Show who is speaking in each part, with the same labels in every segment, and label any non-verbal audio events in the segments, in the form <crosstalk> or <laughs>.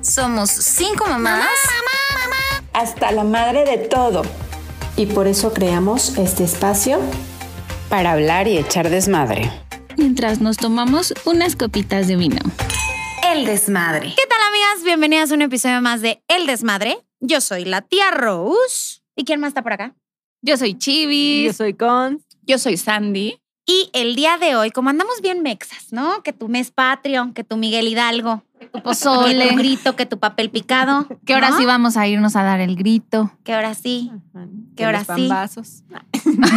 Speaker 1: Somos cinco mamás.
Speaker 2: hasta la madre de todo.
Speaker 3: Y por eso creamos este espacio
Speaker 4: para hablar y echar desmadre.
Speaker 5: mientras nos tomamos unas copitas de vino.
Speaker 4: El desmadre.
Speaker 1: ¿Qué tal, amigas? Bienvenidas a un episodio más de El Desmadre. Yo soy la tía Rose. ¿Y quién más está por acá?
Speaker 5: Yo soy Chivis.
Speaker 2: Yo soy con.
Speaker 5: Yo soy Sandy.
Speaker 1: Y el día de hoy, como andamos bien mexas, ¿no? Que tu mes patrio, que tu Miguel Hidalgo,
Speaker 5: Tu
Speaker 1: que tu
Speaker 5: pozole.
Speaker 1: grito, que tu papel picado.
Speaker 5: Que ahora
Speaker 1: ¿no?
Speaker 5: sí vamos a irnos a dar el grito.
Speaker 1: Que ahora sí.
Speaker 2: Que
Speaker 1: ahora
Speaker 2: los
Speaker 1: sí.
Speaker 2: pambazos.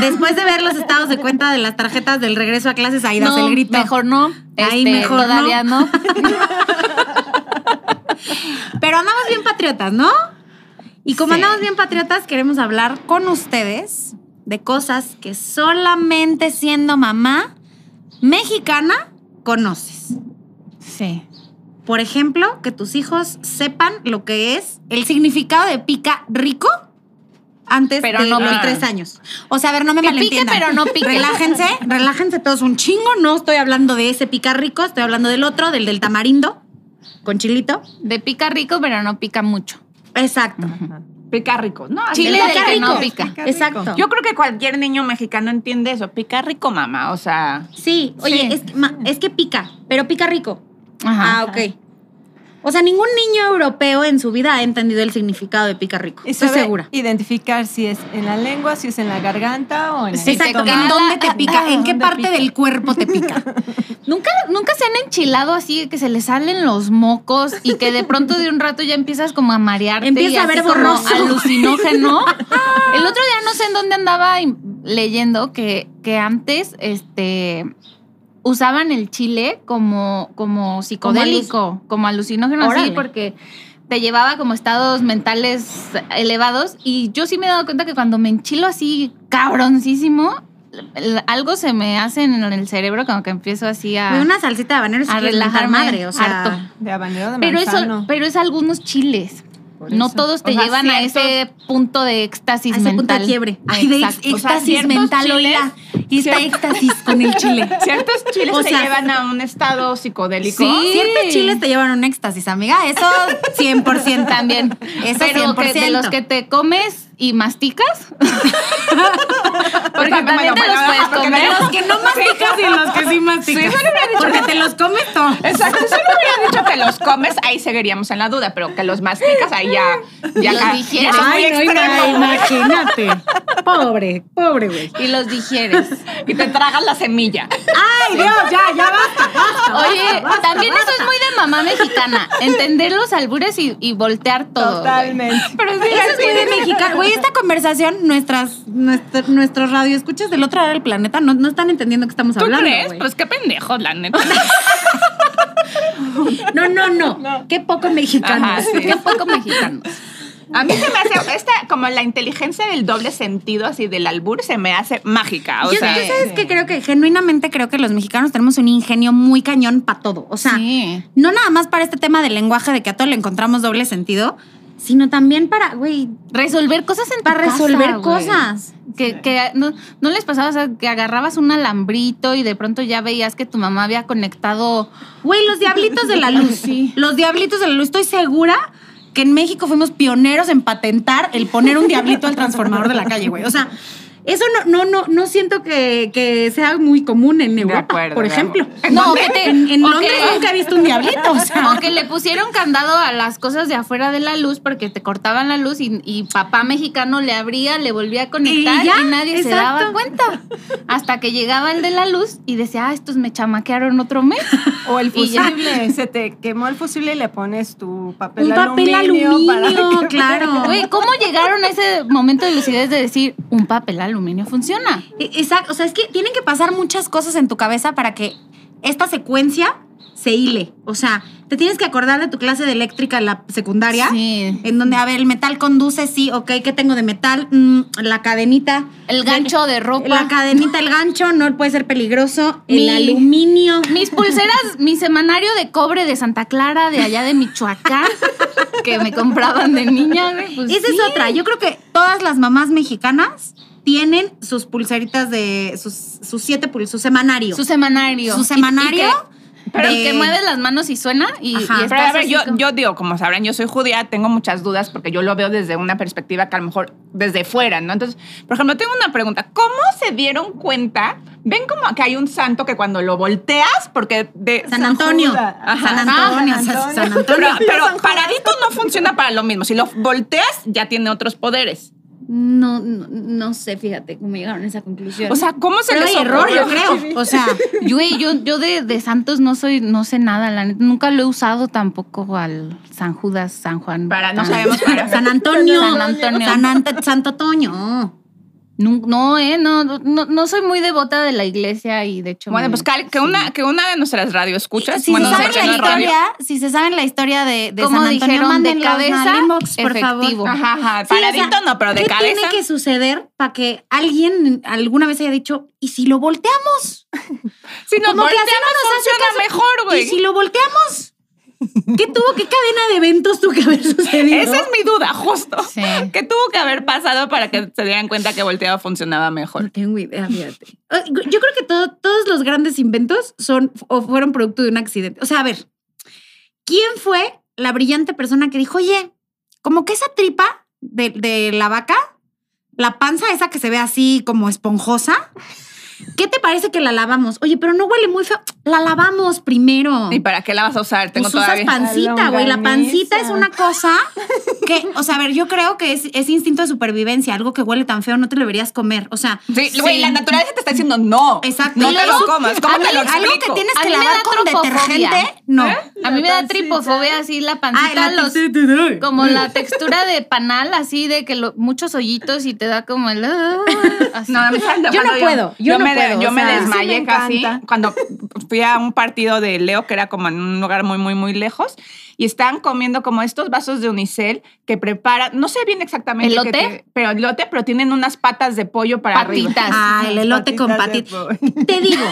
Speaker 1: Después de ver los estados de cuenta de las tarjetas del regreso a clases, ahí das el grito.
Speaker 5: Mejor no.
Speaker 1: Ahí
Speaker 5: Este,
Speaker 1: mejor no.
Speaker 5: Todavía no.
Speaker 1: <laughs> Pero andamos bien patriotas, ¿no? Y como
Speaker 5: Sí.
Speaker 1: andamos bien patriotas, queremos hablar con ustedes de cosas que solamente siendo mamá mexicana conoces.
Speaker 5: Sí.
Speaker 1: Por ejemplo, que tus hijos sepan lo que es el significado de pica rico antes
Speaker 5: Pero
Speaker 1: de
Speaker 5: no
Speaker 1: los
Speaker 5: pica.
Speaker 1: tres años. O sea, a ver, no me
Speaker 5: Que pique,
Speaker 1: malentiendan.
Speaker 5: pero no pique.
Speaker 1: Relájense, relájense todos un chingo. No estoy hablando de ese pica rico, estoy hablando del otro, del del tamarindo con chilito.
Speaker 5: De pica rico, pero no pica mucho.
Speaker 1: Exacto.
Speaker 6: Pica rico, ¿no? Así
Speaker 5: Chile
Speaker 6: es.
Speaker 5: del que no
Speaker 1: rico.
Speaker 5: pica.
Speaker 1: Exacto.
Speaker 6: Yo creo que cualquier niño mexicano entiende eso. Pica rico, mamá. O sea,
Speaker 1: Sí, oye,
Speaker 6: Sí.
Speaker 1: Es, que, ma- es que pica, pero pica rico.
Speaker 5: Ajá.
Speaker 1: Ah, ok. O sea, ningún niño europeo en su vida ha entendido el significado de pica rico.
Speaker 2: Y
Speaker 1: Estoy
Speaker 2: sabe
Speaker 1: segura.
Speaker 2: Identificar si es en la lengua, si es en la garganta o en el
Speaker 5: Sí, te
Speaker 1: Exacto.
Speaker 5: toca-
Speaker 1: ¿En dónde te pica? ¿En qué
Speaker 2: ¿Dónde
Speaker 1: parte
Speaker 2: pica?
Speaker 1: del cuerpo te
Speaker 2: <laughs>
Speaker 1: pica?
Speaker 5: ¿Nunca, nunca se han enchilado así que se les salen los mocos y que de pronto de un rato ya empiezas como a marearte y
Speaker 1: Empieza a
Speaker 5: así
Speaker 1: ver
Speaker 5: como
Speaker 1: borroso. <laughs>
Speaker 5: alucinógeno. El otro día no sé en dónde andaba y- leyendo que, que antes este usaban el chile como, como psicodélico, como, alucinógeno así
Speaker 1: Órale.
Speaker 5: porque te llevaba como estados mentales elevados y yo sí me he dado cuenta que cuando me enchilo así cabroncísimo l- algo se me hace en el cerebro como que empiezo así a
Speaker 1: Ve Una salsita de habanero si
Speaker 5: a
Speaker 1: quieres mentar
Speaker 5: relajarme
Speaker 1: madre, o sea.
Speaker 5: harto.
Speaker 2: De habanero de
Speaker 5: Pero eso,
Speaker 2: manzano.
Speaker 5: pero es algunos chiles.
Speaker 2: Por
Speaker 5: No
Speaker 2: eso.
Speaker 5: todos te
Speaker 6: O sea,
Speaker 5: llevan a ese punto de
Speaker 1: A
Speaker 5: éxtasis
Speaker 1: ese punto
Speaker 5: mental.
Speaker 1: de quiebre. <laughs> Ay, de ex-
Speaker 5: Exacto.
Speaker 6: O sea,
Speaker 1: éxtasis
Speaker 6: ciertos
Speaker 1: mental,
Speaker 6: chiles-
Speaker 1: oiga. Y está éxtasis con el chile.
Speaker 5: <laughs>
Speaker 6: ciertos chiles
Speaker 1: O
Speaker 6: se
Speaker 1: sea-
Speaker 6: llevan a un estado psicodélico.
Speaker 5: Sí.
Speaker 1: Ciertos chiles te llevan a un éxtasis, amiga. Eso 100%.
Speaker 5: <laughs> También.
Speaker 1: Eso
Speaker 5: pero
Speaker 1: 100%.
Speaker 5: que de los que te comes y masticas. <laughs> porque
Speaker 6: Ahorita me
Speaker 5: también
Speaker 6: lo
Speaker 5: te los
Speaker 6: voy a
Speaker 5: puedes
Speaker 6: dejar porque me
Speaker 5: comer.
Speaker 1: Los que no masticas y los que sí masticas. Porque te los comes todo.
Speaker 6: Exacto, si no hubiera dicho que los comes, ahí seguiríamos en la duda, pero que los masticas, ahí ya, ya,
Speaker 5: Los
Speaker 6: ca-
Speaker 5: digieres.
Speaker 6: ya es muy
Speaker 1: Ay, no,
Speaker 6: extremo,
Speaker 1: ima-
Speaker 6: güey.
Speaker 1: imagínate. Pobre, pobre, güey.
Speaker 5: Y los digieres.
Speaker 6: Y te tragas la semilla.
Speaker 1: Ay, Dios, ya, ya basta.
Speaker 5: <laughs> Oye, también eso es muy de mamá mexicana. Entender los albures y, y voltear todo.
Speaker 2: Totalmente.
Speaker 6: Pero sí,
Speaker 1: Eso es muy de mexicano. Güey, esta conversación, nuestras, nuestro- nuestros radioescuchas del otro lado del planeta no, no están entendiendo que estamos
Speaker 6: ¿Tú
Speaker 1: hablando.
Speaker 6: crees?
Speaker 1: güey.
Speaker 6: Pues qué pendejos, la neta.
Speaker 1: no, no, no, Qué poco mexicano.
Speaker 6: Ajá, sí.
Speaker 5: güey. Qué poco mexicanos.
Speaker 6: A mí se me hace, esta, como la inteligencia del doble sentido, así del albur, se me hace mágica. O
Speaker 1: yo,
Speaker 6: sea,
Speaker 1: yo sabes que creo que genuinamente creo que los mexicanos tenemos un ingenio muy cañón para todo. O sea,
Speaker 5: Sí.
Speaker 1: no nada más para este tema del lenguaje de que a todo le encontramos doble sentido, sino también para, güey,
Speaker 5: Resolver cosas en tu
Speaker 1: para
Speaker 5: casa,
Speaker 1: resolver
Speaker 5: güey.
Speaker 1: cosas.
Speaker 5: Que, que no, no les pasaba, o sea, que agarrabas un alambrito y de pronto ya veías que tu mamá había conectado. <laughs>
Speaker 1: Güey, los diablitos de
Speaker 2: <laughs>
Speaker 1: la luz.
Speaker 5: Sí.
Speaker 1: Los diablitos de la luz. Estoy segura que en México fuimos pioneros en patentar el poner un diablito al transformador de la calle, güey. O sea, eso no, no, no, no siento que, que sea muy común en Europa,
Speaker 6: acuerdo,
Speaker 1: por
Speaker 6: de
Speaker 1: ejemplo.
Speaker 5: No, que te-
Speaker 1: En, en
Speaker 5: o
Speaker 1: Londres
Speaker 5: que-
Speaker 1: nunca he visto un diablito. O sea,
Speaker 5: O que le pusieron candado a las cosas de afuera de la luz porque te cortaban la luz y, y papá mexicano le abría, le volvía a conectar
Speaker 1: Y
Speaker 5: y,
Speaker 1: ya,
Speaker 5: nadie se
Speaker 1: exacto.
Speaker 5: daba cuenta. Hasta que llegaba el de la luz y decía, ah, estos me chamaquearon
Speaker 1: <laughs>
Speaker 5: otro mes.
Speaker 2: O el
Speaker 5: Y ya.
Speaker 2: fusible. Se te quemó el fusible y le pones tu papel
Speaker 1: un papel
Speaker 2: aluminio.
Speaker 1: aluminio,
Speaker 2: para <laughs> que-
Speaker 1: claro.
Speaker 5: Güey, ¿cómo llegaron a ese momento de lucidez de decir, un papel aluminio funciona?
Speaker 1: E- Exacto. O sea, es que tienen que pasar muchas cosas en tu cabeza para que esta secuencia se hile. O sea, te tienes que acordar de tu clase de eléctrica en la secundaria.
Speaker 5: Sí.
Speaker 1: En donde, a ver, el metal conduce, sí, ok, ¿qué tengo de metal? Mm, la cadenita.
Speaker 5: El gancho de ropa.
Speaker 1: La cadenita, el gancho, no puede ser peligroso. El
Speaker 5: Mi-
Speaker 1: aluminio.
Speaker 5: Mis pulseras, mi semanario de cobre de Santa Clara, de allá de Michoacán, que me compraban de niña, güey. pues
Speaker 1: Esa
Speaker 5: sí.
Speaker 1: es otra. Yo creo que todas las mamás mexicanas tienen sus pulseritas de sus, sus siete pulseros, su semanario.
Speaker 5: Su semanario.
Speaker 1: Su
Speaker 5: Y- y
Speaker 1: semanario
Speaker 5: que- Pero
Speaker 1: de-
Speaker 5: que mueves las manos y suena y,
Speaker 1: Ajá.
Speaker 5: y
Speaker 1: Pero,
Speaker 6: Ah, Pero a
Speaker 5: estás
Speaker 6: ver,
Speaker 5: así
Speaker 6: yo,
Speaker 5: como-
Speaker 6: yo digo, como sabrán, yo soy judía, tengo muchas dudas porque yo lo veo desde una perspectiva que a lo mejor desde fuera, ¿no? Entonces, por ejemplo, tengo una pregunta. ¿Cómo se dieron cuenta? ¿Ven como que hay un santo que cuando lo volteas, porque de...
Speaker 1: San Antonio.
Speaker 2: Judas.
Speaker 6: Ajá.
Speaker 1: San Antonio.
Speaker 2: Ah,
Speaker 1: San
Speaker 2: San
Speaker 1: Antonio.
Speaker 2: Antonio.
Speaker 1: San
Speaker 6: Pero,
Speaker 1: Antonio.
Speaker 6: pero paradito no funciona para lo mismo. Si lo volteas, ya tiene otros poderes.
Speaker 5: No, no, no sé, fíjate cómo llegaron a esa
Speaker 1: <laughs>
Speaker 5: conclusión.
Speaker 6: O sea, ¿cómo se
Speaker 1: Pero
Speaker 6: les
Speaker 1: hay error,
Speaker 6: ocurrió?
Speaker 1: yo creo. O sea,
Speaker 5: Güey, yo, yo de, de santos no soy, no sé nada, la neta. Nunca lo he usado tampoco al San Judas, San Juan. Ah,
Speaker 6: Para, no
Speaker 5: tan-
Speaker 6: sabemos
Speaker 1: <laughs>
Speaker 6: para.
Speaker 1: Ah. San Antonio.
Speaker 5: San Antonio.
Speaker 1: San Ant- Santo Toño.
Speaker 5: Nun- No, eh, no, no, no soy muy devota de la iglesia y de hecho.
Speaker 6: Bueno,
Speaker 5: me-
Speaker 6: pues Cal, que, una, que una de nuestras radio escuchas.
Speaker 1: Si
Speaker 6: bueno,
Speaker 1: se
Speaker 6: no sé
Speaker 1: saben
Speaker 6: por
Speaker 1: la
Speaker 6: qué no es radio.
Speaker 1: historia, si se saben la historia de, de San
Speaker 5: Como
Speaker 1: Antonio,
Speaker 5: dijeron, de
Speaker 1: mándenlos al
Speaker 5: cabeza,
Speaker 1: inbox, por
Speaker 5: efectivo.
Speaker 1: favor.
Speaker 6: Ajá, ajá.
Speaker 1: Sí, o sea,
Speaker 6: Paradito no, pero de
Speaker 1: ¿Qué
Speaker 6: cabeza.
Speaker 1: tiene que suceder para que alguien alguna vez haya dicho, ¿y si lo volteamos?
Speaker 6: Si nos
Speaker 1: Como que así
Speaker 6: volteamos,
Speaker 1: no nos hace
Speaker 6: funciona
Speaker 1: caso.
Speaker 6: mejor, güey.
Speaker 1: ¿Y si lo volteamos? ¿Qué tuvo, qué cadena de eventos tuvo que haber sucedido?
Speaker 6: Esa es mi duda, justo.
Speaker 5: Sí.
Speaker 6: ¿Qué tuvo que haber pasado para que se dieran cuenta que volteado funcionaba
Speaker 1: No
Speaker 6: mejor?
Speaker 1: tengo idea, fíjate. Eh, Yo creo que todo- todos los grandes inventos son o fueron producto de un accidente. O sea, a ver, ¿quién fue la brillante persona que dijo, oye, como que esa tripa de, de la vaca, la panza esa que se ve así como esponjosa, ¿qué te parece que la lavamos? Oye, pero no huele muy feo. La lavamos primero.
Speaker 6: ¿Y para qué la vas a usar? Tengo
Speaker 1: Pues usas
Speaker 6: todavía.
Speaker 1: pancita,
Speaker 2: La
Speaker 1: güey. La pancita es
Speaker 2: longaniza.
Speaker 1: una cosa que, o sea, a ver, yo creo que es, es instinto de supervivencia. Algo que huele tan feo no te lo deberías comer. O sea,
Speaker 6: Sí, güey, la naturaleza te está diciendo no.
Speaker 1: Exacto.
Speaker 6: No
Speaker 1: Y
Speaker 6: te
Speaker 1: luego,
Speaker 6: lo comas. ¿Cómo te lo
Speaker 1: algo- Algo que
Speaker 6: explico? ¿Eh?
Speaker 1: tienes
Speaker 5: A
Speaker 1: que
Speaker 5: mí me
Speaker 1: lavar
Speaker 5: da
Speaker 1: con
Speaker 5: trofofobia.
Speaker 1: detergente, no. Ah,
Speaker 5: A mí me da tripofobia así la
Speaker 1: Ay,
Speaker 5: pancita,
Speaker 1: la
Speaker 5: los,
Speaker 1: tutututu.
Speaker 5: como la textura de panal, así de que lo- muchos hoyitos y te da como el. ah, así.
Speaker 6: No, a mí me está
Speaker 3: Yo no
Speaker 6: enojando,
Speaker 3: puedo, yo no
Speaker 6: me, de-
Speaker 3: puedo,
Speaker 6: yo
Speaker 3: o
Speaker 6: me
Speaker 3: sea, sí
Speaker 6: desmayé
Speaker 2: me
Speaker 6: casi
Speaker 2: encanta.
Speaker 6: cuando fui a un partido de Leo que era como en un lugar muy, muy, muy lejos y estaban comiendo como estos vasos de unicel que preparan, no sé bien exactamente. qué
Speaker 5: ¿Elote?
Speaker 6: te- pero elote, pero tienen unas patas de pollo para arriba.
Speaker 5: patitas.
Speaker 1: Ah, el elote con
Speaker 2: Patitas de
Speaker 1: patitas. Te digo,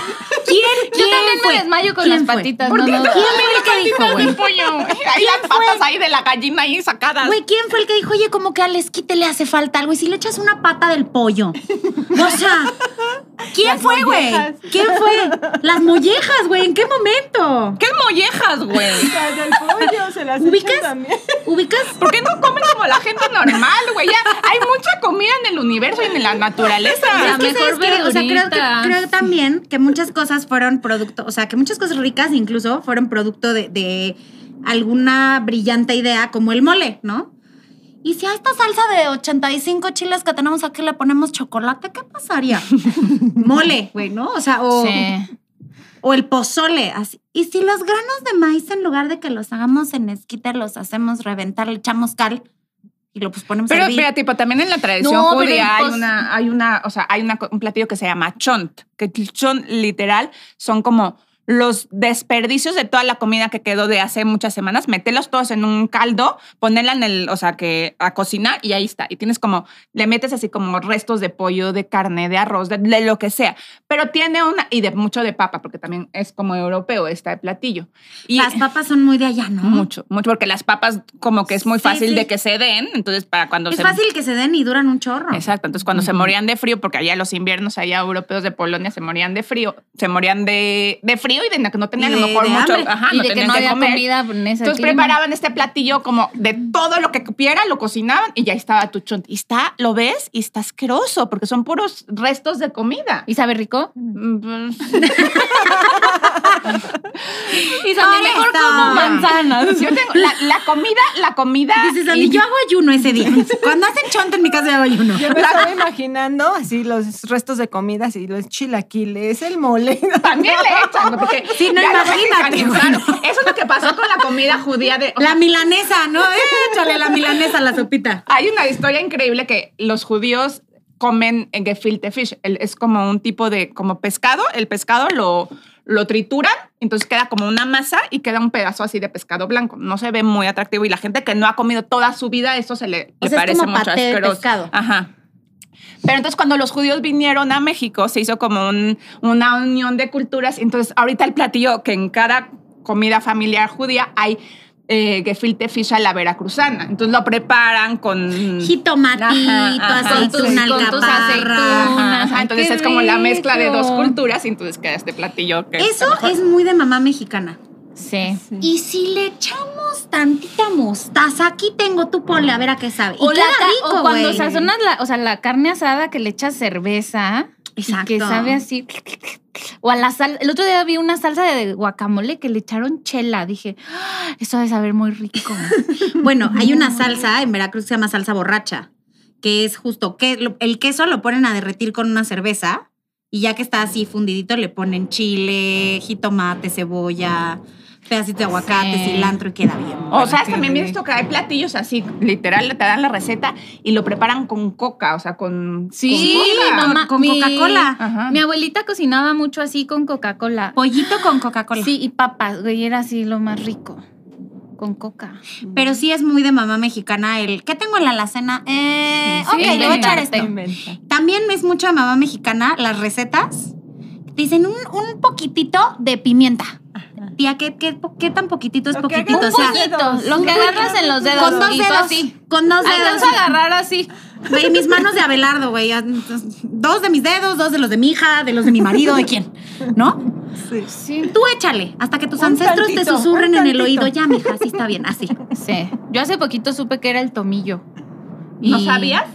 Speaker 1: ¿quién,
Speaker 5: <laughs> Yo
Speaker 1: quién
Speaker 5: también
Speaker 1: fue?
Speaker 5: me desmayo con
Speaker 1: ¿Quién
Speaker 5: las
Speaker 1: fue?
Speaker 5: patitas.
Speaker 1: ¿Por
Speaker 5: no,
Speaker 1: qué?
Speaker 5: no, no.
Speaker 1: ¿Quién fue el que dijo, güey?
Speaker 6: <laughs> pollo. Ahí las patas ahí de la gallina ahí sacadas.
Speaker 1: Güey, ¿quién fue el que dijo, oye, como que al esquite le hace falta algo? Y si le echas una pata del pollo. O sea, ¿quién
Speaker 2: Las
Speaker 1: fue, güey?
Speaker 2: mollejas.
Speaker 1: ¿Quién fue? Las mollejas, güey, ¿en qué momento?
Speaker 6: ¿Qué mollejas, güey?
Speaker 2: Las del pollo se las
Speaker 1: ¿Ubicas?
Speaker 2: echan también.
Speaker 1: ¿Ubicas?
Speaker 6: ¿Por qué no comen como la gente normal, güey? Ya hay mucha comida en el universo y en la
Speaker 1: Pero
Speaker 5: La
Speaker 1: es
Speaker 6: naturaleza.
Speaker 1: que,
Speaker 5: mejor
Speaker 1: ¿sabes qué? O sea, creo,
Speaker 5: periodista.
Speaker 1: que, creo también que muchas cosas fueron producto, o sea, que muchas cosas ricas incluso fueron producto de, de alguna brillante idea como el mole, ¿no? Y si a esta salsa de 85 chiles que tenemos aquí le ponemos chocolate, ¿qué
Speaker 5: <laughs>
Speaker 1: pasaría? mole, güey, ¿no? O sea, o,
Speaker 5: Sí.
Speaker 1: o el pozole. Así. Y si los granos de maíz, en lugar de que los hagamos en esquite, los hacemos reventar, le echamos cal y lo pues ponemos a
Speaker 6: Pero,
Speaker 1: hervir.
Speaker 6: mira, tipo, también en la tradición
Speaker 5: No, pero
Speaker 6: judía hay
Speaker 5: pues-
Speaker 6: una, hay una, o sea, hay una, co- un platillo que se llama chont, que chont literal son como los desperdicios de toda la comida que quedó de hace muchas semanas, meterlos todos en un caldo, ponerla en el, o sea, que a cocinar y ahí está. Y tienes como, le metes así como restos de pollo, de carne, de arroz, de, de lo que sea. Pero tiene una, y de mucho de papa, porque también es como europeo este platillo. Y
Speaker 1: Las papas son muy de allá, ¿no?
Speaker 6: mucho, mucho, porque las papas como que es muy
Speaker 1: Sí,
Speaker 6: fácil
Speaker 1: sí.
Speaker 6: de que se den, entonces para cuando
Speaker 1: Es
Speaker 6: se...
Speaker 1: fácil que se den y duran un
Speaker 5: Ah.
Speaker 1: chorro.
Speaker 6: Exacto, entonces cuando se morían de frío, porque allá los inviernos, allá europeos de Polonia se morían de frío, se morían de, de frío y de no- que no
Speaker 1: Y
Speaker 6: tenían a lo
Speaker 1: de-
Speaker 6: mejor
Speaker 1: de
Speaker 6: mucho,
Speaker 1: hambre.
Speaker 6: ajá,
Speaker 5: y
Speaker 6: no
Speaker 5: de que
Speaker 6: tenían
Speaker 5: no
Speaker 6: que
Speaker 5: había
Speaker 6: comer.
Speaker 5: comida pues, en ese
Speaker 6: Entonces
Speaker 5: clima.
Speaker 6: preparaban este platillo como de todo lo que cupiera, lo cocinaban y ya estaba tu chont. Y está, lo ves y está asqueroso porque son puros restos de comida.
Speaker 5: ¿Y sabe rico? <laughs>
Speaker 6: Mm, pues,
Speaker 5: Y sabe
Speaker 1: Por
Speaker 5: mejor
Speaker 1: esto.
Speaker 5: como manzanas.
Speaker 6: Yo tengo la, la comida, la comida.
Speaker 1: Dices, Andy, yo hago ayuno ese día. Cuando hacen chonto en mi casa, yo hago ayuno.
Speaker 2: Yo me estaba imaginando así los restos de comida, así los chilaquiles, el mole. <laughs>
Speaker 6: También le echan, ¿no? porque
Speaker 1: Sí, no,
Speaker 6: ya lo
Speaker 1: imagínate,
Speaker 6: mexicanizan. Eso es lo que pasó con la comida judía de. o sea,
Speaker 1: La milanesa, ¿no? Échale la milanesa a la sopita.
Speaker 6: Hay una historia increíble que los judíos comen en gefilte fish. El- Es como un tipo de como pescado. El pescado lo, lo trituran, entonces queda como una masa y queda un pedazo así de pescado blanco. No se ve muy atractivo y la gente que no ha comido toda su vida, eso se le,
Speaker 1: O
Speaker 6: le
Speaker 1: sea, es
Speaker 6: parece
Speaker 1: como
Speaker 6: mucho
Speaker 1: paté de
Speaker 6: asqueroso.
Speaker 1: pescado.
Speaker 6: Ajá. Pero entonces cuando los judíos vinieron a México se hizo como un- una unión de culturas. Entonces ahorita el platillo que en cada comida familiar judía hay eh, gefilte fish a la veracruzana. Entonces lo preparan con...
Speaker 1: Jitomatito,
Speaker 6: Mm. Ajá, ajá.
Speaker 1: aceituna,
Speaker 5: Con tus- con tus
Speaker 1: alcaparra.
Speaker 5: aceitunas.
Speaker 6: Ajá, ajá.
Speaker 5: Ay,
Speaker 6: entonces
Speaker 5: qué
Speaker 6: es como la mezcla de dos
Speaker 5: rico.
Speaker 6: culturas y entonces queda este platillo que
Speaker 1: Eso
Speaker 6: está mejor.
Speaker 1: es muy de mamá mexicana.
Speaker 5: Sí.
Speaker 1: Y si le echamos tantita mostaza, aquí tengo tu ponle a ver a qué sabe. Y
Speaker 5: O, la
Speaker 1: queda
Speaker 5: ca-
Speaker 1: rico,
Speaker 5: o cuando
Speaker 1: güey.
Speaker 5: sazonas la, o sea, la carne asada que le echas cerveza
Speaker 1: Exacto.
Speaker 5: y que sabe así. O a la sal. El otro día vi una salsa de guacamole que le echaron chela. Dije, "Ah, eso debe saber muy rico.
Speaker 1: Bueno, hay <laughs> una salsa en Veracruz que se llama salsa borracha, que es justo que lo- el queso lo ponen a derretir con una cerveza y ya que está así fundidito le ponen chile, jitomate, cebolla, pedacito de aguacate,
Speaker 5: Sí.
Speaker 1: cilantro y queda bien.
Speaker 6: O sea, también vienes esto que hay platillos así, literal, te dan la receta y lo preparan con coca, o sea, con.
Speaker 5: Sí,
Speaker 6: con
Speaker 5: mi
Speaker 6: coca.
Speaker 5: mamá.
Speaker 1: con
Speaker 5: mi-
Speaker 1: Coca-Cola.
Speaker 6: Ajá.
Speaker 5: Mi abuelita cocinaba mucho así con Coca-Cola.
Speaker 1: Pollito con Coca-Cola.
Speaker 5: Sí, y papas, güey, era así lo más rico. Con coca.
Speaker 1: Pero sí es muy de mamá mexicana el ¿qué tengo en la alacena? Eh, ok, le voy a echar esto.
Speaker 5: inventarte.
Speaker 1: También es mucho de mamá mexicana las recetas. Te dicen un, un poquitito de pimienta. Tía, ¿qué, qué, qué tan poquitito es
Speaker 6: Lo que
Speaker 1: poquitito?
Speaker 6: hagas
Speaker 1: O sea,
Speaker 6: con los
Speaker 5: Poquito, lo que agarras en los dedos.
Speaker 1: con dos
Speaker 5: y tú
Speaker 1: dedos.
Speaker 5: así.
Speaker 1: Con dos dedos.
Speaker 5: Alcanzo a agarrar así.
Speaker 1: Güey, mis manos de Abelardo, güey. Dos de mis dedos, dos de los de mi hija, de los de mi marido, de quién. ¿No?
Speaker 5: Sí.
Speaker 1: Tú échale, hasta que tus
Speaker 2: Un
Speaker 1: ancestros te
Speaker 2: tantito,
Speaker 1: susurren
Speaker 2: un
Speaker 1: en el
Speaker 2: tantito.
Speaker 1: oído. Ya, mija, así está bien, así.
Speaker 5: Sí. Yo hace poquito supe que era el tomillo.
Speaker 6: ¿No
Speaker 5: Y-
Speaker 6: sabías?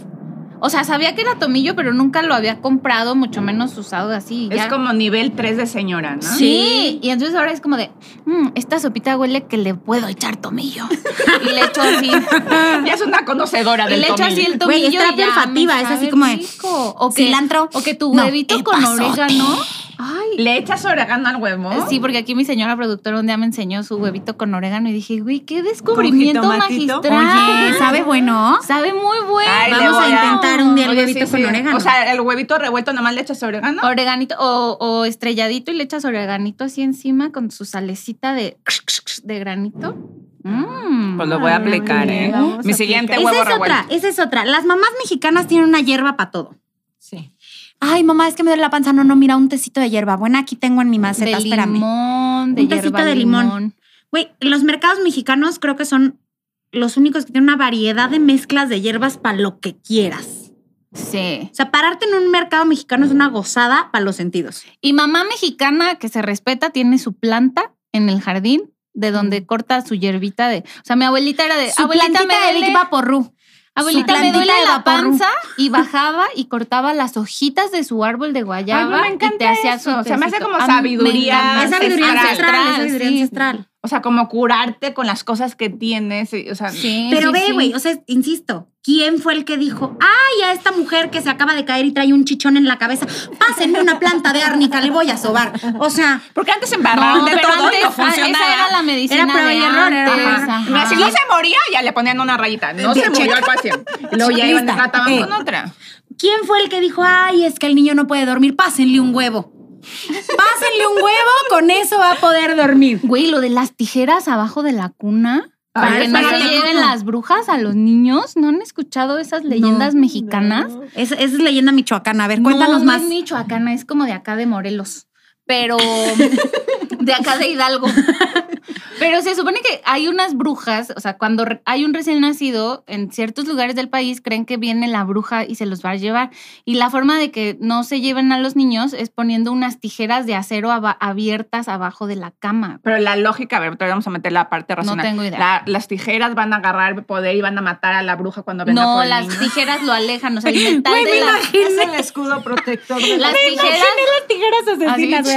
Speaker 5: O sea, sabía que era tomillo, pero nunca lo había comprado, mucho menos usado así.
Speaker 6: Es
Speaker 5: ya.
Speaker 6: como nivel 3 de señora, ¿no?
Speaker 5: Sí, y entonces ahora es como de, "Mm, esta sopita huele que le puedo echar tomillo. <laughs> Y le echo así.
Speaker 6: Ya es una conocedora
Speaker 5: Y
Speaker 6: del
Speaker 5: le echo así
Speaker 1: Güey,
Speaker 5: el tomillo.
Speaker 1: es
Speaker 5: y
Speaker 1: terapia
Speaker 5: ya me
Speaker 1: olfativa, es
Speaker 5: sabe
Speaker 1: así como de
Speaker 5: rico. O que,
Speaker 1: cilantro.
Speaker 5: O que tu
Speaker 1: No,
Speaker 5: huevito con
Speaker 1: epazote.
Speaker 5: orégano. Ay.
Speaker 6: ¿Le echas orégano al huevo?
Speaker 5: Eh, Sí, porque aquí mi señora productora un día me enseñó su huevito con orégano y dije, güey, qué descubrimiento
Speaker 2: jitomatito?
Speaker 5: magistral.
Speaker 1: Oye, ¿sabe bueno?
Speaker 5: Sabe muy bueno.
Speaker 6: Ay, le
Speaker 1: Vamos a
Speaker 6: voy a-
Speaker 1: intentar un día el
Speaker 6: Oye,
Speaker 1: huevito
Speaker 6: sí,
Speaker 1: con
Speaker 6: sí.
Speaker 1: orégano.
Speaker 6: O sea, el huevito revuelto nomás le echas orégano.
Speaker 5: Oreganito o, o estrelladito y le echas oreganito así encima con su salecita de, de granito. Mm.
Speaker 6: Pues lo voy a aplicar,
Speaker 2: bien,
Speaker 6: ¿eh?
Speaker 2: vamos a
Speaker 6: Mi siguiente
Speaker 1: esa
Speaker 6: huevo
Speaker 1: es
Speaker 6: revuelto.
Speaker 1: otra, esa es otra. Las mamás mexicanas tienen una hierba para todo.
Speaker 2: Sí.
Speaker 1: Ay, mamá, es que me duele la panza. No, no, mira, un tecito de hierba. Buena, aquí tengo en mi
Speaker 5: de
Speaker 1: maceta, espérame.
Speaker 5: limón, de
Speaker 1: Un tecito
Speaker 5: hierba
Speaker 1: de limón. Güey, los mercados mexicanos creo que son los únicos que tienen una variedad de mezclas de hierbas para lo que quieras.
Speaker 5: Sí.
Speaker 1: O sea, pararte en un mercado mexicano es una gozada para los sentidos.
Speaker 5: Y mamá mexicana que se respeta tiene su planta en el jardín de donde corta su hierbita de. O sea, mi abuelita era de.
Speaker 1: Su
Speaker 5: abuelita me
Speaker 1: plantita de
Speaker 5: duele-
Speaker 1: Big Vaporru.
Speaker 5: Abuelita me
Speaker 1: plantita
Speaker 5: duele
Speaker 1: de
Speaker 5: la
Speaker 1: vaporru.
Speaker 5: panza y bajaba y cortaba las hojitas de su árbol de
Speaker 6: Ay,
Speaker 5: guayaba
Speaker 6: me encanta
Speaker 5: y te hacía su
Speaker 6: eso. Se me hace
Speaker 5: tecito.
Speaker 6: como
Speaker 5: A mí me
Speaker 6: sabiduría
Speaker 5: encanta.
Speaker 1: Es sabiduría ancestral, es sabiduría
Speaker 5: sí.
Speaker 1: ancestral.
Speaker 6: O sea, como curarte con las cosas que tienes. y- O sea,
Speaker 5: Sí,
Speaker 1: Pero
Speaker 5: sí,
Speaker 1: ve,
Speaker 5: sí.
Speaker 1: güey, o sea, insisto, ¿quién fue el que dijo, ay, a esta mujer que se acaba de caer y trae un chichón en la cabeza, pásenme una planta de árnica, le voy a sobar? O sea,
Speaker 6: Porque antes se embarraron de
Speaker 5: pero
Speaker 6: todo y no
Speaker 5: antes, ah,
Speaker 6: funcionaba.
Speaker 5: Esa era la medicina
Speaker 1: Era prueba
Speaker 5: de
Speaker 1: y error, era
Speaker 5: antes,
Speaker 1: prueba.
Speaker 5: ajá.
Speaker 6: Si no se moría, ya le ponían una rayita. No se murió el paciente.
Speaker 5: <laughs>
Speaker 6: Y luego ya iban y
Speaker 1: Lista.
Speaker 6: trataban
Speaker 1: Eh.
Speaker 6: con otra.
Speaker 1: ¿Quién fue el que dijo, ay, es que el niño no puede dormir? Pásenle un huevo. Pásenle un huevo, con eso va a poder dormir.
Speaker 5: Güey, lo de las tijeras abajo de la cuna.
Speaker 6: Ah,
Speaker 5: Para que no
Speaker 1: espérate,
Speaker 5: se lleguen
Speaker 1: ¿cómo?
Speaker 5: las brujas a los niños. ¿No han escuchado esas leyendas mexicanas?
Speaker 1: Es- Esa es leyenda michoacana. A ver, cuéntanos
Speaker 5: no,
Speaker 1: más.
Speaker 5: No es michoacana, es como de acá de Morelos. <laughs> Pero de acá de Hidalgo. Pero se supone que hay unas brujas, o sea, cuando re- hay un recién nacido, en ciertos lugares del país creen que viene la bruja y se los va a llevar. Y la forma de que no se lleven a los niños es poniendo unas tijeras de acero aba- abiertas abajo de la cama.
Speaker 6: Pero la lógica, a ver, todavía vamos a meter la parte racional.
Speaker 5: tengo idea.
Speaker 6: La- las tijeras van a agarrar poder y van a matar a la bruja cuando venga
Speaker 5: No,
Speaker 6: por el
Speaker 5: las
Speaker 6: niño.
Speaker 5: tijeras lo alejan,
Speaker 1: <laughs>
Speaker 5: o sea, el metal
Speaker 1: Güey,
Speaker 5: de
Speaker 1: me
Speaker 5: la-
Speaker 2: Es el escudo protector de
Speaker 5: las tijeras. asesinas, güey,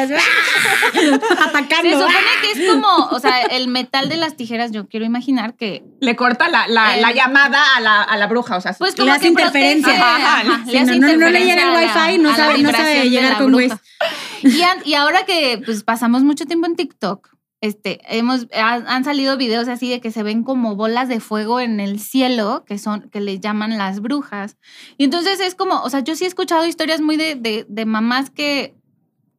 Speaker 5: Se
Speaker 1: Atacando.
Speaker 5: supone que es como, o sea, el metal de las tijeras, yo quiero imaginar que
Speaker 6: Le corta la, la,
Speaker 5: Eh.
Speaker 6: la llamada a la, a la bruja. O sea,
Speaker 5: Pues
Speaker 1: Le
Speaker 5: como
Speaker 1: hace
Speaker 5: que
Speaker 1: interferencia.
Speaker 5: protege,
Speaker 6: Ajá,
Speaker 5: ajá,
Speaker 1: sí, no,
Speaker 5: le hace
Speaker 1: no, no le
Speaker 5: interferencia
Speaker 1: llega el
Speaker 5: a la-
Speaker 1: wifi, no
Speaker 5: a
Speaker 1: sabe- no
Speaker 5: la
Speaker 1: sabe
Speaker 5: vibración de
Speaker 1: llegar
Speaker 5: la
Speaker 1: con
Speaker 5: bruja. Y, an- y ahora que pues pasamos mucho tiempo en TikTok, este, hemos, han, han salido videos así de que se ven como bolas de fuego en el cielo, que son, que le llaman las brujas. Y entonces es como, o sea, yo sí he escuchado historias muy de, de, de mamás que,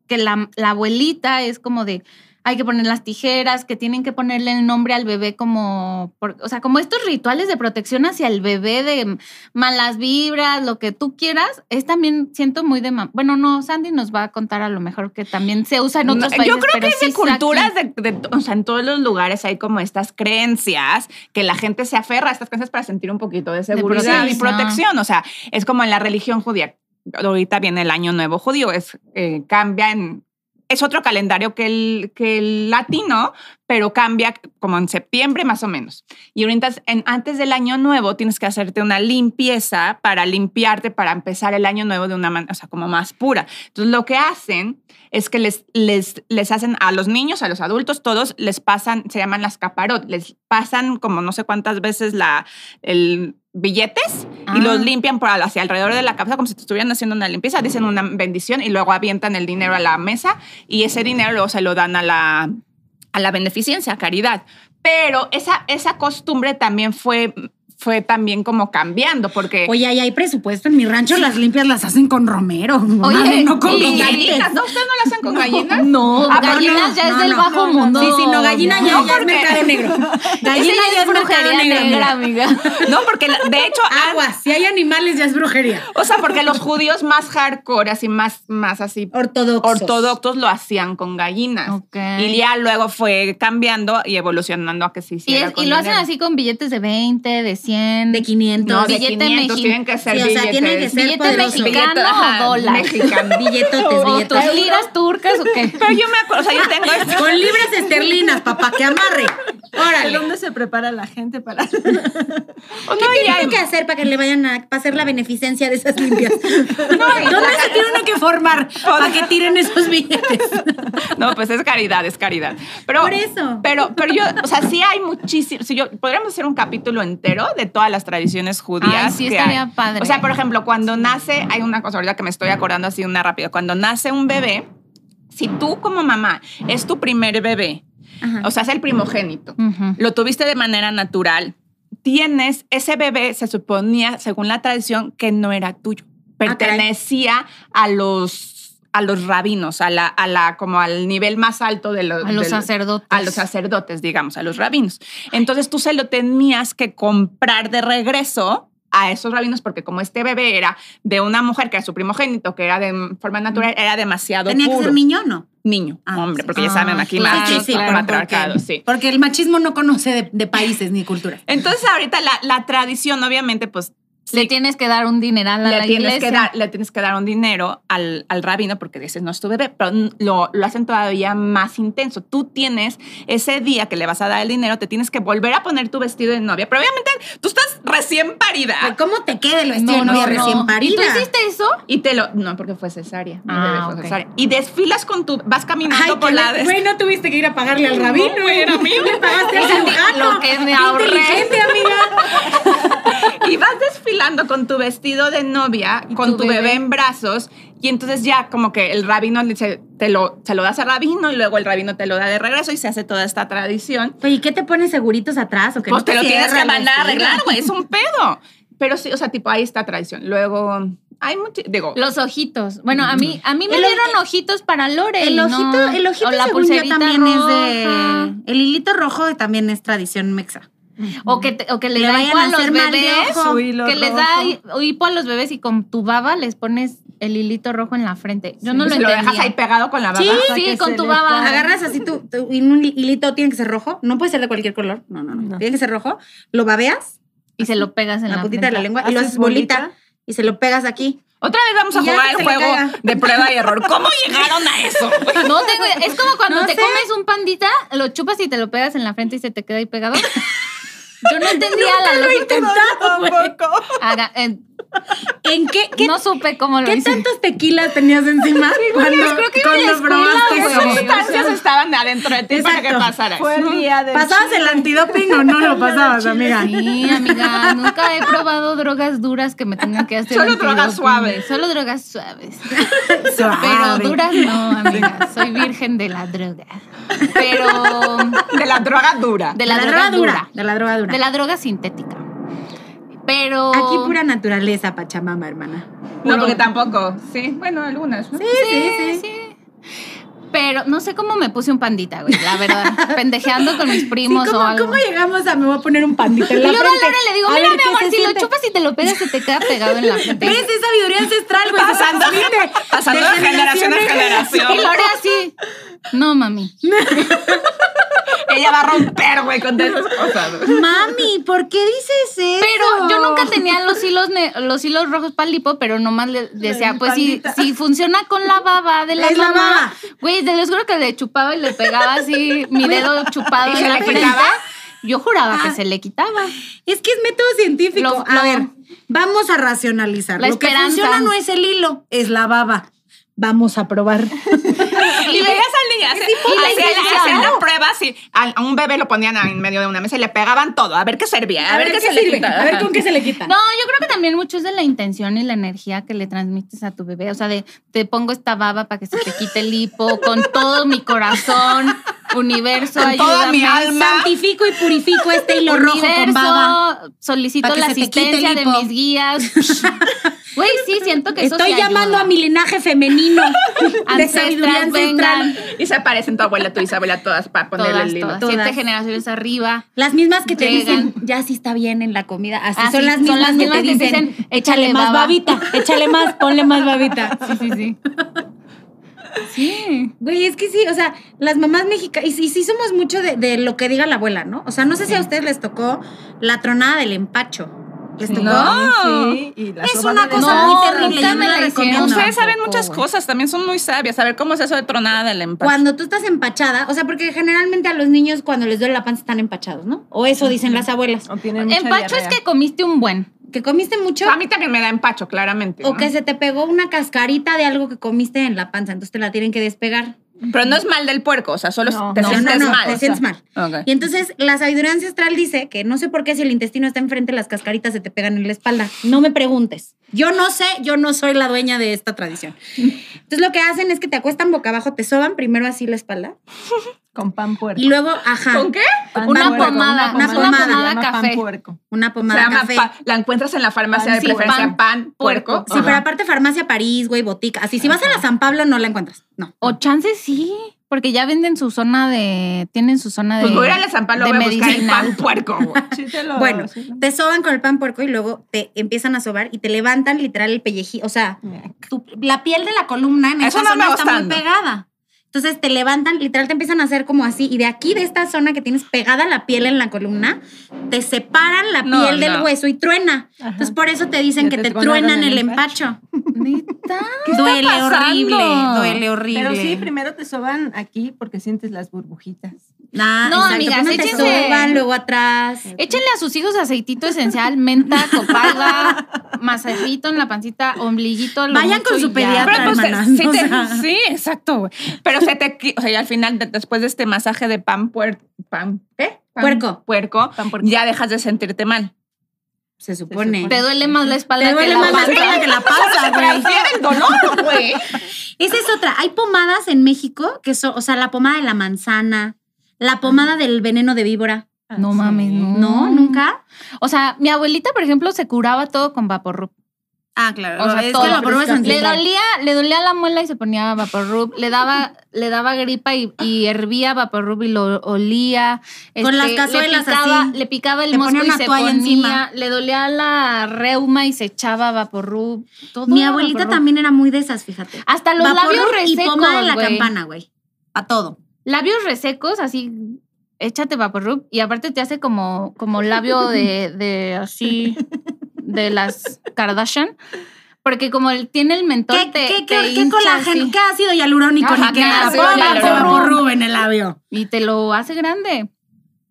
Speaker 5: que la, la abuelita es como de, hay que poner las tijeras, que tienen que ponerle el nombre al bebé como, por- o sea, como estos rituales de protección hacia el bebé de malas vibras, lo que tú quieras, es también, siento muy de... mam- Bueno, no, Sandy nos va a contar a lo mejor que también se usa en otros
Speaker 6: No,
Speaker 5: países.
Speaker 6: Yo creo
Speaker 5: pero
Speaker 6: que es
Speaker 5: sí
Speaker 6: de
Speaker 5: está
Speaker 6: culturas,
Speaker 5: aquí.
Speaker 6: de, de- o sea, en todos los lugares hay como estas creencias que la gente se aferra a estas creencias para sentir un poquito de seguridad y
Speaker 5: protección.
Speaker 6: protección. O sea, es como en la religión judía. Ahorita viene el año nuevo judío, es, eh, cambia en... Es otro calendario que el, que el latino, pero cambia como en septiembre más o menos. Y ahorita es en- antes del año nuevo tienes que hacerte una limpieza para limpiarte, para empezar el año nuevo de una manera, o sea, como más pura. Entonces lo que hacen es que les, les, les hacen a los niños, a los adultos, todos les pasan, se llaman las caparot, les pasan como no sé cuántas veces la, el billetes
Speaker 5: Ah.
Speaker 6: y los limpian por al- hacia alrededor de la cabeza como si te estuvieran haciendo una limpieza, dicen una bendición y luego avientan el dinero a la mesa y ese dinero luego se lo dan a la, a la beneficencia, a caridad. Pero esa, esa costumbre también fue, fue también como cambiando porque...
Speaker 1: Oye, ahí hay presupuesto. En mi rancho las limpias las hacen con romero. Oye, no con
Speaker 5: y-
Speaker 1: galletas.
Speaker 6: gallinas, ¿no? ¿Ustedes no la hacen con gallinas?
Speaker 1: No,
Speaker 5: Ah, gallinas ya es del bajo mundo.
Speaker 1: Sí, sí, no, gallina ya,
Speaker 5: No,
Speaker 1: ya es
Speaker 6: porque-
Speaker 1: mercado negro.
Speaker 5: Esa
Speaker 1: Gallina
Speaker 5: ya
Speaker 1: ya es mercado
Speaker 5: brujería
Speaker 1: negro.
Speaker 5: negra,
Speaker 1: mira.
Speaker 5: amiga.
Speaker 6: <laughs> No, porque la- de hecho, ah,
Speaker 1: Agua, si hay animales ya es brujería.
Speaker 6: o sea, porque los judíos más hardcore, así más, más así
Speaker 1: Ortodoxos.
Speaker 6: ortodoxos lo hacían con gallinas.
Speaker 5: Ok.
Speaker 6: Y ya luego fue cambiando y evolucionando a que se
Speaker 5: Y,
Speaker 6: hiciera.
Speaker 5: es-
Speaker 6: con
Speaker 5: y lo hacen
Speaker 6: dinero.
Speaker 5: así con billetes de 20, de 100.
Speaker 1: De 500.
Speaker 6: No, de
Speaker 5: billete
Speaker 6: 500,
Speaker 5: mexi-
Speaker 6: tienen que ser
Speaker 1: Sí, o sea,
Speaker 6: billetes.
Speaker 1: tiene que ser
Speaker 5: ¿Billete
Speaker 1: poderoso.
Speaker 5: mexicano
Speaker 6: Billete, ajá,
Speaker 5: o dólar?
Speaker 6: mexicano.
Speaker 1: Billetotes,
Speaker 5: ¿O tus
Speaker 1: billetotes.
Speaker 5: liras turcas o qué?
Speaker 6: <laughs> Pero yo me acuerdo, o sea, yo tengo esto.
Speaker 1: Con libras esterlinas, papá, que amarre.
Speaker 2: ¿De
Speaker 1: Órale.
Speaker 2: dónde se prepara la gente para.?
Speaker 1: ¿Qué tiene que hacer para que le vayan a para hacer la beneficencia de esas
Speaker 5: <laughs>
Speaker 1: limpias? ¿Dónde se tiene uno que formar para que tiren esos billetes?
Speaker 6: <laughs> No, pues es caridad, es caridad. Pero,
Speaker 1: Por eso.
Speaker 6: Pero, pero yo, o sea, sí hay muchísimo. Si yo, podríamos hacer un capítulo entero de todas las tradiciones judías.
Speaker 5: Ay, sí,
Speaker 6: que
Speaker 5: estaría
Speaker 6: hay.
Speaker 5: padre.
Speaker 6: O sea, por ejemplo, cuando nace, hay una cosa ahorita que me estoy acordando así, una rápida. Cuando nace un bebé, si tú como mamá es tu primer bebé, o sea, es el primogénito,
Speaker 5: Ujú.
Speaker 6: lo tuviste de manera natural, tienes ese bebé, se suponía, según la tradición, que no era tuyo.
Speaker 5: Ah,
Speaker 6: Pertenecía a los, a los rabinos, a la, a la, como al nivel más alto de los,
Speaker 5: A los
Speaker 6: del-
Speaker 5: sacerdotes.
Speaker 6: A los sacerdotes, digamos, a los rabinos. Entonces tú se lo tenías que comprar de regreso a esos rabinos porque como este bebé era de una mujer que era su primogénito, que era de forma natural, era demasiado
Speaker 1: ¿Tenía que
Speaker 6: puro.
Speaker 1: ser niño o no?
Speaker 6: Niño,
Speaker 1: Ah,
Speaker 6: hombre,
Speaker 1: sí,
Speaker 6: porque ya
Speaker 5: sí.
Speaker 6: saben aquí
Speaker 5: Ah,
Speaker 6: más
Speaker 5: claro,
Speaker 6: machismo,
Speaker 5: claro,
Speaker 6: patriarcado,
Speaker 1: porque,
Speaker 6: sí.
Speaker 1: porque el machismo no conoce de, de países ni cultura.
Speaker 6: Entonces ahorita la, la tradición, obviamente, pues
Speaker 5: Le tienes que dar un dineral a
Speaker 6: le
Speaker 5: la
Speaker 6: tienes,
Speaker 5: iglesia.
Speaker 6: que dar, le tienes que dar un dinero al, al rabino porque dices, no es tu bebé, pero n- lo, lo hacen todavía más intenso. Tú tienes ese día que le vas a dar el dinero, te tienes que volver a poner tu vestido de novia, pero obviamente tú estás recién
Speaker 1: Ay,
Speaker 5: Ah.
Speaker 6: parida.
Speaker 1: ¿Cómo te queda el vestido de novia recién
Speaker 5: ¿Y tú
Speaker 1: parida?
Speaker 5: hiciste eso?
Speaker 6: Y te lo... No, porque fue cesárea. mi
Speaker 5: Ah,
Speaker 6: bebé fue
Speaker 5: ok.
Speaker 6: cesárea. Y desfilas con tu... Vas caminando
Speaker 1: Ay,
Speaker 6: por
Speaker 1: qué
Speaker 6: la...
Speaker 1: le-
Speaker 6: des-
Speaker 1: güey, no tuviste que ir a pagarle al
Speaker 6: No,
Speaker 1: rabino. ¿eh?
Speaker 6: güey, era mío.
Speaker 1: Le pagaste al cirujano.
Speaker 5: Lo que me
Speaker 1: Qué
Speaker 5: ahorré.
Speaker 1: inteligente, amiga.
Speaker 6: <laughs> y vas desfilando con tu vestido de novia, con
Speaker 5: tu
Speaker 6: tu bebé?
Speaker 5: bebé.
Speaker 6: en brazos, y entonces ya como que el rabino le dice, te lo, se lo das al rabino y luego el rabino te lo da de regreso y se hace toda esta tradición.
Speaker 1: Oye, ¿y ¿qué te pones seguritos atrás o que
Speaker 6: pues
Speaker 1: no
Speaker 6: te, lo tienes
Speaker 1: cierra
Speaker 6: que
Speaker 1: el
Speaker 6: mandar a
Speaker 1: vestido?
Speaker 6: arreglar, güey, es un pedo. Pero sí, o sea, tipo, ahí está tradición. Luego, hay mucho, digo,
Speaker 5: Los ojitos. Bueno, a mí, a mí me
Speaker 1: El o-
Speaker 5: dieron ojitos para
Speaker 1: <laughs>
Speaker 5: Lore.
Speaker 1: El
Speaker 5: y
Speaker 1: ojito,
Speaker 5: no-
Speaker 1: el ojito
Speaker 5: o la
Speaker 1: según yo,
Speaker 5: pulserita
Speaker 1: también
Speaker 5: roja.
Speaker 1: es de el hilito rojo también es tradición mexa.
Speaker 5: O que, te- o que le
Speaker 1: Le
Speaker 5: da
Speaker 1: vayan
Speaker 5: hipo a
Speaker 1: a
Speaker 5: los
Speaker 1: hacer mal de
Speaker 5: bebés.
Speaker 1: ojo.
Speaker 2: Su hilo
Speaker 5: que les da
Speaker 2: rojo.
Speaker 5: hi- hipo a los bebés y con tu baba les pones el hilito rojo en la frente. Yo no
Speaker 6: si
Speaker 5: lo
Speaker 6: lo
Speaker 5: entendía.
Speaker 6: dejas ahí pegado con la baba.
Speaker 1: Sí,
Speaker 2: Para
Speaker 5: sí,
Speaker 2: que
Speaker 5: con
Speaker 2: se
Speaker 5: tu
Speaker 2: les
Speaker 5: baba.
Speaker 2: ponga.
Speaker 1: Agarras así tu, tu- y un hilito tiene que ser rojo, no puede ser de cualquier color. No, no, no,
Speaker 2: No.
Speaker 1: tiene que ser rojo. Lo babeas
Speaker 5: y se lo pegas en
Speaker 1: en
Speaker 5: la,
Speaker 1: la puntita de la
Speaker 5: frente.
Speaker 1: lengua y lo
Speaker 2: ¿Haces
Speaker 1: haces bolita,
Speaker 2: bolita?
Speaker 1: y se lo pegas aquí.
Speaker 6: Otra vez vamos a
Speaker 1: Y ya
Speaker 6: jugar
Speaker 1: que
Speaker 6: el
Speaker 1: se le
Speaker 6: juego
Speaker 1: caiga.
Speaker 6: de prueba y error. ¿Cómo llegaron
Speaker 1: <laughs>
Speaker 6: a eso?
Speaker 5: No tengo idea. Es como cuando
Speaker 1: No
Speaker 5: te
Speaker 1: sé.
Speaker 5: comes un pandita, lo chupas y te lo pegas en la frente y se te queda ahí pegado. Yo no entendía la lógica.
Speaker 2: Tampoco.
Speaker 5: Haga- eh,
Speaker 1: ¿En qué, qué,
Speaker 5: no supe cómo lo
Speaker 1: qué
Speaker 5: hice.
Speaker 1: tantos tequilas tenías encima cuando,
Speaker 5: creo que iba a la
Speaker 1: cuando
Speaker 5: escuela,
Speaker 1: probaste
Speaker 5: güey.
Speaker 1: eso?
Speaker 5: Sí, o sea.
Speaker 6: sustancias estaban adentro de ti para que
Speaker 1: Exacto.
Speaker 6: pasara eso?
Speaker 2: Fue el día de.
Speaker 1: ¿Pasabas el antidoping o
Speaker 5: <laughs>
Speaker 1: no lo pasabas, amiga?
Speaker 5: Sí, amiga, nunca he probado drogas duras que me tengan que hacer.
Speaker 6: Solo
Speaker 5: antidoping.
Speaker 6: drogas suaves.
Speaker 5: Solo drogas suaves.
Speaker 1: Suave.
Speaker 5: Pero duras no, amiga. Soy virgen de la droga. Pero
Speaker 6: De la droga dura.
Speaker 1: De
Speaker 5: de la, droga, dura.
Speaker 1: De la droga dura.
Speaker 5: De la droga sintética. Pero.
Speaker 1: Aquí pura naturaleza, Pachamama, hermana.
Speaker 6: No, porque tampoco. Sí, bueno, algunas. ¿no?
Speaker 1: Sí, sí, sí.
Speaker 5: Sí. Pero no sé cómo me puse un pandita, güey,
Speaker 1: <laughs>
Speaker 5: la verdad. Pendejeando con mis
Speaker 1: Sí,
Speaker 5: primos
Speaker 1: ¿cómo,
Speaker 5: o algo.
Speaker 1: cómo llegamos a me voy a poner un pandita en
Speaker 5: Y
Speaker 1: la
Speaker 5: luego a
Speaker 1: frente?
Speaker 5: Laura le digo,
Speaker 1: A
Speaker 5: mira,
Speaker 1: ver
Speaker 5: mi
Speaker 1: qué
Speaker 5: amor,
Speaker 1: se
Speaker 5: si lo
Speaker 1: siente".
Speaker 5: chupas y te lo pegas, se te queda pegado en la frente.
Speaker 1: ¿Ves? Es sabiduría ancestral,
Speaker 5: Pues,
Speaker 1: güey.
Speaker 6: Pasando-
Speaker 1: transmite
Speaker 6: pasando de generación en
Speaker 5: Y
Speaker 6: generación.
Speaker 5: Laura así. No, mami.
Speaker 6: Ella va a romper, güey, con todas esas cosas. güey.
Speaker 1: Mami, ¿por qué dices eso?
Speaker 5: Pero yo nunca tenía los hilos ne- los hilos rojos para el lipo, pero nomás le decía, pues si, si funciona con la baba de la
Speaker 1: Es la
Speaker 5: mamá.
Speaker 1: baba.
Speaker 5: Güey, te lo juro que le chupaba y le pegaba así mi dedo chupado
Speaker 6: ¿Y
Speaker 5: en
Speaker 6: se
Speaker 5: la
Speaker 6: le
Speaker 5: frente.
Speaker 6: quitaba?
Speaker 5: Yo juraba
Speaker 1: Ah.
Speaker 5: que se le quitaba.
Speaker 1: Es que es método científico.
Speaker 5: Lo-
Speaker 1: a
Speaker 5: lo-
Speaker 1: ver, vamos a racionalizar.
Speaker 5: La
Speaker 1: lo que
Speaker 5: esperanza.
Speaker 1: funciona no es el hilo, es la baba. Vamos a probar.
Speaker 6: <laughs> Y veías al niño hacer,
Speaker 5: la
Speaker 6: hacer-
Speaker 5: intención.
Speaker 6: hacer la prueba así. A, a un bebé lo ponían en medio de una mesa y le pegaban todo, a ver qué servía, a, ver, qué, se le
Speaker 1: sirve,
Speaker 6: quitaba.
Speaker 1: a ver con qué se le quita.
Speaker 5: No, yo creo que también mucho es de la intención y la energía que le transmites a tu bebé. O sea, de te pongo esta baba para que se te quite el hipo con todo mi corazón, universo,
Speaker 6: Con
Speaker 5: ayúdame.
Speaker 6: toda mi alma.
Speaker 1: Santifico y purifico este hilo rojo con
Speaker 5: Universo,
Speaker 1: baba.
Speaker 5: solicito
Speaker 1: Pa' que
Speaker 5: la
Speaker 1: se te quite el
Speaker 5: asistencia de
Speaker 1: hipo.
Speaker 5: mis guías. Güey, sí, siento que eso
Speaker 1: Estoy
Speaker 5: sí
Speaker 1: llamando
Speaker 5: ayuda.
Speaker 1: a mi linaje
Speaker 5: <laughs>
Speaker 1: femenino. de sabiduría
Speaker 5: ancestras, vengan.
Speaker 1: ancestral.
Speaker 6: Y se aparecen tu abuela, tu bisabuela, todas para ponerle
Speaker 5: Todas,
Speaker 6: el hilo.
Speaker 5: todas,
Speaker 1: Todas.
Speaker 5: siete generaciones arriba.
Speaker 1: Las mismas que te
Speaker 5: Llegan.
Speaker 1: dicen, ya sí está bien en la comida. Así
Speaker 5: Ah,
Speaker 1: son,
Speaker 5: sí,
Speaker 1: las
Speaker 5: son
Speaker 1: mismas
Speaker 5: las mismas
Speaker 1: que te dicen, échale
Speaker 5: échale
Speaker 1: más
Speaker 5: baba".
Speaker 1: babita, échale más, ponle más babita.
Speaker 5: Sí, sí, sí. Sí.
Speaker 1: Güey, es que sí, o sea, las mamás mexicanas, y, y sí somos mucho de, de lo que diga la abuela, ¿no? O sea, no sé si a ustedes les tocó la tronada del empacho. ¿Les tocó?
Speaker 6: No.
Speaker 2: Sí, y la
Speaker 1: Es
Speaker 2: soba
Speaker 1: una
Speaker 2: de
Speaker 1: cosa
Speaker 2: leche.
Speaker 1: muy
Speaker 5: No,
Speaker 1: terrible.
Speaker 5: nunca
Speaker 1: yo no
Speaker 5: me
Speaker 1: la
Speaker 5: la hicieron.
Speaker 1: recomiendo.
Speaker 6: Ustedes saben
Speaker 5: tampoco,
Speaker 6: muchas
Speaker 5: güey.
Speaker 6: cosas, también son muy sabias. A ver, ¿cómo es eso de tronada del empacho?
Speaker 1: Cuando tú estás empachada, o sea, porque generalmente a los niños cuando les duele la panza están empachados, ¿no? O eso dicen las abuelas.
Speaker 2: O tienen mucha
Speaker 5: Empacho es
Speaker 2: diarrea.
Speaker 5: que comiste un buen.
Speaker 1: Que comiste mucho
Speaker 6: A mí también me da empacho, claramente.
Speaker 1: o
Speaker 6: ¿no?
Speaker 1: que se te pegó una cascarita de algo que comiste en la panza, entonces te la tienen que despegar.
Speaker 6: Pero no es mal del puerco, o sea, solo
Speaker 2: No,
Speaker 6: te
Speaker 1: no,
Speaker 6: sientes
Speaker 1: no, no,
Speaker 6: mal.
Speaker 1: te sientes mal.
Speaker 6: Ok.
Speaker 1: Y entonces la sabiduría ancestral dice que no sé por qué si el intestino está enfrente, las cascaritas se te pegan en la espalda. No me preguntes. Yo no sé, yo no soy la dueña de esta tradición. Entonces lo que hacen es que te acuestan boca abajo, te soban primero así la espalda
Speaker 2: Con pan puerco.
Speaker 1: y luego, ajá.
Speaker 6: ¿Con qué?
Speaker 2: Pan
Speaker 5: Una
Speaker 2: puerco,
Speaker 5: pomada,
Speaker 1: una
Speaker 2: se
Speaker 1: pomada,
Speaker 2: llama
Speaker 5: una
Speaker 2: pan
Speaker 5: café.
Speaker 2: puerco.
Speaker 1: Una
Speaker 6: Se
Speaker 1: pomada
Speaker 6: llama
Speaker 1: café.
Speaker 6: pa- la encuentras en la farmacia
Speaker 2: Pan,
Speaker 6: de
Speaker 5: sí,
Speaker 6: preferencia
Speaker 5: pan,
Speaker 6: pan, puerco.
Speaker 1: Sí, pero aparte farmacia París, güey, botica. Así, si vas a la San Pablo no la encuentras. No.
Speaker 5: O chance sí, porque ya venden su zona de. Tienen su zona de.
Speaker 6: Pues voy a ir a la San Pablo
Speaker 5: de
Speaker 6: voy a buscar el
Speaker 5: medicinal.
Speaker 6: pan puerco. güey.
Speaker 2: Sí te lo-
Speaker 1: Bueno,
Speaker 2: sí lo-
Speaker 1: te soban con el pan puerco y luego te empiezan a sobar y te levantan literal el pellejí, o sea, tu- la piel de la columna en
Speaker 6: Eso
Speaker 1: esa
Speaker 6: no me
Speaker 1: zona está muy
Speaker 6: gustando.
Speaker 1: pegada. Entonces te levantan, literal te empiezan a hacer como así y de aquí de esta zona que tienes pegada la piel en la columna, te separan la
Speaker 6: No,
Speaker 1: piel del
Speaker 6: no.
Speaker 1: hueso y truena.
Speaker 2: Ajá.
Speaker 1: Entonces por eso te dicen
Speaker 2: Ya
Speaker 1: que
Speaker 2: te
Speaker 1: te
Speaker 2: tronaron
Speaker 1: truenan
Speaker 2: el
Speaker 1: el empacho.
Speaker 5: ¿Neta?
Speaker 1: Duele
Speaker 6: pasando?
Speaker 1: horrible, duele horrible.
Speaker 2: Pero sí, primero te soban aquí porque sientes las burbujitas.
Speaker 1: Nah,
Speaker 5: No,
Speaker 1: exacto,
Speaker 5: amigas,
Speaker 1: primero te
Speaker 5: échense-
Speaker 1: soban, luego atrás.
Speaker 5: Échenle a sus hijos aceitito esencial, menta,
Speaker 1: <laughs>
Speaker 5: copalga, masajito en la pancita, ombliguito. lo
Speaker 1: Vayan
Speaker 5: mucho
Speaker 1: con su
Speaker 5: y ya.
Speaker 1: pediatra.
Speaker 6: Pero, pues,
Speaker 1: hermanas,
Speaker 6: sí,
Speaker 1: o
Speaker 6: te-
Speaker 1: sea.
Speaker 6: sí, exacto, güey. Pero se te, qui- o sea, y al final, de- después de este masaje de pan puerco, pan, ¿qué?
Speaker 1: ¿Eh?
Speaker 6: Pan
Speaker 1: Puerco.
Speaker 6: puerco,
Speaker 2: Pan puerco.
Speaker 6: ya dejas de sentirte mal.
Speaker 1: Se supone.
Speaker 5: Te duele más la espalda
Speaker 1: Te duele
Speaker 5: que la
Speaker 1: más la
Speaker 5: panza.
Speaker 1: espalda <laughs> que la panza, Ah, güey.
Speaker 6: Transfiere el dolor, güey.
Speaker 1: Esa es otra. Hay pomadas en México que son, o sea, la pomada de la manzana, la pomada del veneno de víbora.
Speaker 5: No mames, no.
Speaker 1: No, nunca.
Speaker 5: O sea, mi abuelita, por ejemplo, se curaba todo con vaporrup.
Speaker 1: Ah, claro.
Speaker 5: O sea,
Speaker 1: es
Speaker 5: todo.
Speaker 1: que la pomada es
Speaker 5: Le
Speaker 1: ancestral.
Speaker 5: dolía, le dolía la muela y se ponía vaporrup. Le daba, le daba gripa y, y hervía vaporrup y lo olía. Este,
Speaker 1: Con las cazuelas
Speaker 5: le picaba,
Speaker 1: así.
Speaker 5: Le picaba el
Speaker 1: Le
Speaker 5: mosco
Speaker 1: ponía
Speaker 5: y
Speaker 1: una
Speaker 5: se
Speaker 1: toalla
Speaker 5: ponía.
Speaker 1: encima.
Speaker 5: Le dolía la reuma y se echaba vaporrup. Todo
Speaker 1: Mi
Speaker 5: era
Speaker 1: abuelita
Speaker 5: Vaporrup.
Speaker 1: también era muy de esas, fíjate.
Speaker 5: Hasta los labios
Speaker 1: Vaporrup y
Speaker 5: resecos.
Speaker 1: pomada de la
Speaker 5: güey.
Speaker 1: campana, güey. A todo.
Speaker 5: Labios resecos, así, échate vaporrup. Y aparte te hace como, como labio de, de así, de las Kardashian. Porque como él tiene el mentol,
Speaker 1: ¿Qué,
Speaker 5: te,
Speaker 1: qué,
Speaker 5: te
Speaker 1: qué, qué
Speaker 5: hincha
Speaker 1: colágeno?
Speaker 5: así.
Speaker 1: ¿Qué ácido hialurónico?
Speaker 5: Ajá,
Speaker 1: ni qué
Speaker 5: ¿qué
Speaker 1: nada?
Speaker 5: ácido
Speaker 1: Ponla
Speaker 5: hialurónico?
Speaker 1: vaporrub en el
Speaker 5: <laughs>
Speaker 1: labio.
Speaker 5: Y te lo hace grande.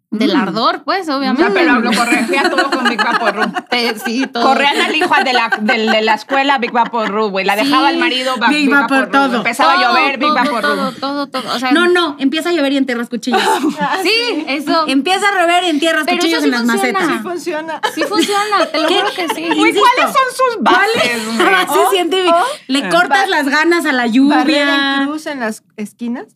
Speaker 5: Del
Speaker 1: Mm.
Speaker 5: ardor, pues,
Speaker 6: No,
Speaker 5: obviamente.
Speaker 6: Ah, pero lo corregía todo con Big Vaporru.
Speaker 5: <laughs> Te- sí, todo.
Speaker 6: Corrían al hijo de la, del- de la escuela Big Vaporru, güey. La
Speaker 5: Sí.
Speaker 6: dejaba el marido va-
Speaker 1: Big
Speaker 6: Big
Speaker 1: Vapor,
Speaker 6: Vaporru.
Speaker 1: todo.
Speaker 6: Empezaba a
Speaker 5: Todo,
Speaker 6: llover Big
Speaker 5: todo,
Speaker 6: Vaporru.
Speaker 5: Todo, todo, todo. O sea,
Speaker 1: No, no, empieza a llover y entierras cuchillos.
Speaker 5: <laughs> sí, eso
Speaker 1: empieza a llover y entierras
Speaker 5: Pero
Speaker 1: cuchillos
Speaker 5: eso sí
Speaker 1: en las
Speaker 5: funciona.
Speaker 1: macetas.
Speaker 2: Funciona.
Speaker 5: sí funciona, te lo juro que
Speaker 1: <laughs>
Speaker 5: sí.
Speaker 6: Güey,
Speaker 1: Insisto.
Speaker 6: ¿cuáles son sus bases, güey?
Speaker 1: Base científica. Le cortas las ganas a la
Speaker 2: Barrera en
Speaker 1: lluvia.
Speaker 2: cruz en las esquinas.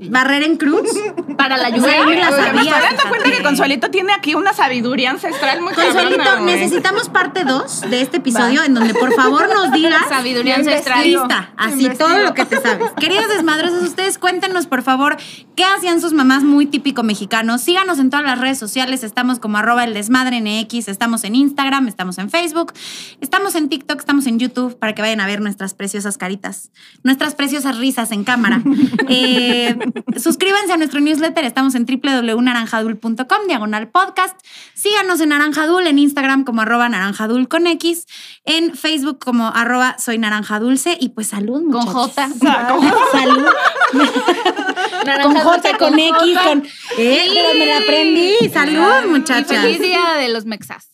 Speaker 1: barrera en cruz para la lluvia. Yo ni la
Speaker 6: Oye, Me
Speaker 1: sabía,
Speaker 6: estoy dando cuenta
Speaker 1: fíjate.
Speaker 6: que Consuelito tiene aquí una sabiduría ancestral muy
Speaker 1: Consuelito,
Speaker 6: cabrona, güey.
Speaker 1: necesitamos parte 2 de este episodio en donde por favor nos digas
Speaker 5: Sabiduría
Speaker 2: Yo
Speaker 5: ancestral.
Speaker 2: investigo.
Speaker 1: lista, así
Speaker 2: Investigo.
Speaker 1: todo lo que te sabes. Queridos desmadrosos, ustedes cuéntenos por favor qué hacían sus mamás muy típico mexicano. Síganos en todas las redes sociales, estamos como arroba el desmadre NX, estamos en Instagram, estamos en Facebook, estamos en TikTok, estamos en YouTube para que vayan a ver nuestras preciosas caritas, nuestras preciosas risas en cámara. Eh, suscríbanse a nuestro newsletter, estamos en www.naranjadul.com, diagonal podcast. Síganos en Naranjadul, en Instagram como arroba naranjadul con X, en Facebook como arroba soy naranjadulce y pues salud,
Speaker 5: Con
Speaker 1: muchachos.
Speaker 5: J.
Speaker 1: Salud. con J, con X, con... Eh, pero me la aprendí. Salud,
Speaker 5: Y
Speaker 1: muchachas.
Speaker 5: feliz día de los mexas.